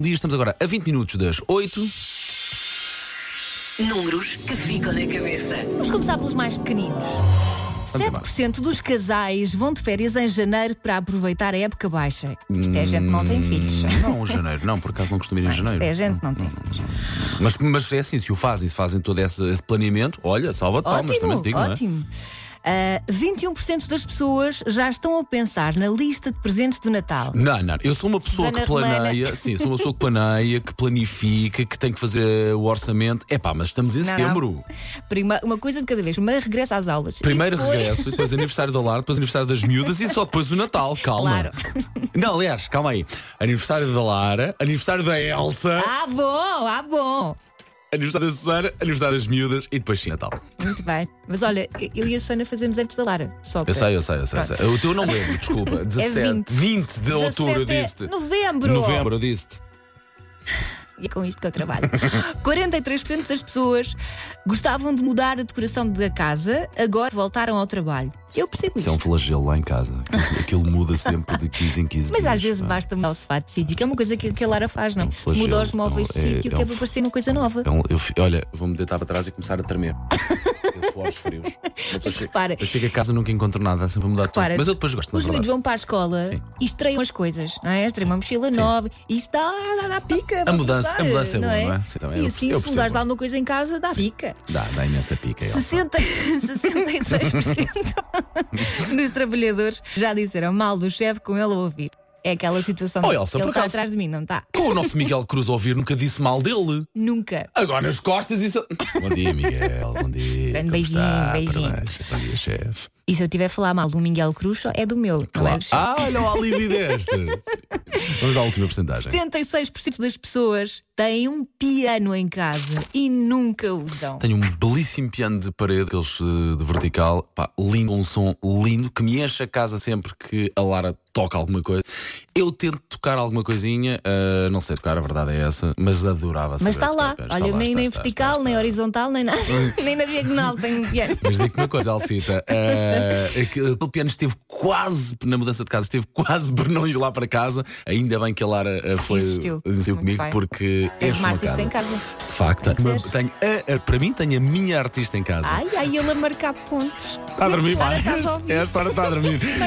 dia, estamos agora a 20 minutos das 8. Números que ficam na cabeça. Vamos começar pelos mais pequeninos. Vamos 7% dos casais vão de férias em janeiro para aproveitar a época baixa. Isto é gente que não tem filhos. Não, janeiro, não, por acaso não costumo ir em Isto Hum, janeiro. Hum, é gente que não tem filhos. Mas, mas é assim, se o fazem, se fazem todo esse, esse planeamento, olha, salva-te palmas, também Ótimo, te digo, não é? ótimo. Ah, 21% das pessoas já estão a pensar na lista de presentes do Natal. Não, não, eu sou uma pessoa Susana que planeia, Romana. sim, sou uma pessoa que planeia, que planifica, que tem que fazer o orçamento. É pá, mas estamos em Não, não. setembro. Prima- uma coisa de cada vez. Primeiro regresso às aulas. Primeiro E depois- regresso, depois aniversário da Lar, depois aniversário das miúdas e só depois o Natal, calma. Claro. Não, aliás, calma aí. Aniversário da Lara, aniversário da Elsa, Ah, bom, ah, bom. aniversário da Susana, aniversário das miúdas e depois sim, Natal. Muito bem. Mas olha, eu e a Susana fazemos antes da Lara. Só Eu para- sei, eu sei, eu sei. eu sei. O teu não lembro, É desculpa. 17. 20. 20 de outubro, eu 17 é disse-te. novembro. Novembro, eu disse-te. E é com isto que eu trabalho. 43% das pessoas gostavam de mudar a decoração da casa, agora voltaram ao trabalho. Eu percebo Isso é um isto. flagelo lá em casa. Aquilo, aquilo muda sempre de 15 em 15 Mas dias. às vezes pá. basta mudar o sofá de sítio, que é uma coisa que, que a Lara faz, não? um é? É flagelo, Muda os móveis não, de é- sítio, é que é um para parecer uma coisa nova. Então, eu, fi- olha, vou-me deitar para trás e começar a tremer. Tenho suores frios. Uma pessoa chega- Repara. Eu chego a casa e nunca encontro nada, é sempre a mudar Repara, tudo. Mas eu depois gosto, Os na miúdos verdade. vão para a escola Sim. e estreiam as coisas, não é? Estreiam uma mochila nova e isso dá, dá, dá pica. A vou mudança- começar, a mudança é boa, não é? Sim, também, e eu assim, perce- eu se mudares percebo. de alguma coisa em casa, dá pica. Dá, dá imensa pica. é Elsa. 60, 66% dos trabalhadores já disseram mal do chefe com ele a ouvir. É aquela situação. Oh, Elsa, ele por está acaso- atrás de mim, não está? Com o nosso Miguel Cruz a ouvir, nunca disse mal dele. Nunca. Agora as costas e. Bom dia, Miguel. Bom dia. Grande Como beijinho, está? beijinho. Parabéns. Bom dia, chefe. E se eu tiver a falar mal do Miguel Cruz, só é do meu. Não é Claro. do chefe. Ah, olha o alívio deste. Vamos à última porcentagem. 76% das pessoas têm um piano em casa e nunca usam. Tenho um belíssimo piano de parede, aqueles eh, de vertical, pá, lindo, um som lindo, que me enche a casa sempre que a Lara toca alguma coisa. Eu tento tocar alguma coisinha, eh, não sei tocar, a verdade é essa, mas adorava Mas saber está tocar lá. piano. Olha, nem, está, nem está, vertical, está, nem está. horizontal, nem nada. nem na diagonal tenho um piano. Mas digo-te uma coisa, Alcita. eh, aquele aquele piano esteve quase, na mudança de casa, esteve quase por não ir lá para casa. Ainda bem que a Lara eh, foi. Insistiu. insistiu Muito comigo, bem. porque. Tens enche uma uma artista casa. em casa. De facto, Tem que tenho, ser. a- a- para mim, tenho a minha artista em casa. Ai, ai, ele a marcar pontos. Está a dormir, Lara, pá. estás a ouvir? Esta hora está a dormir.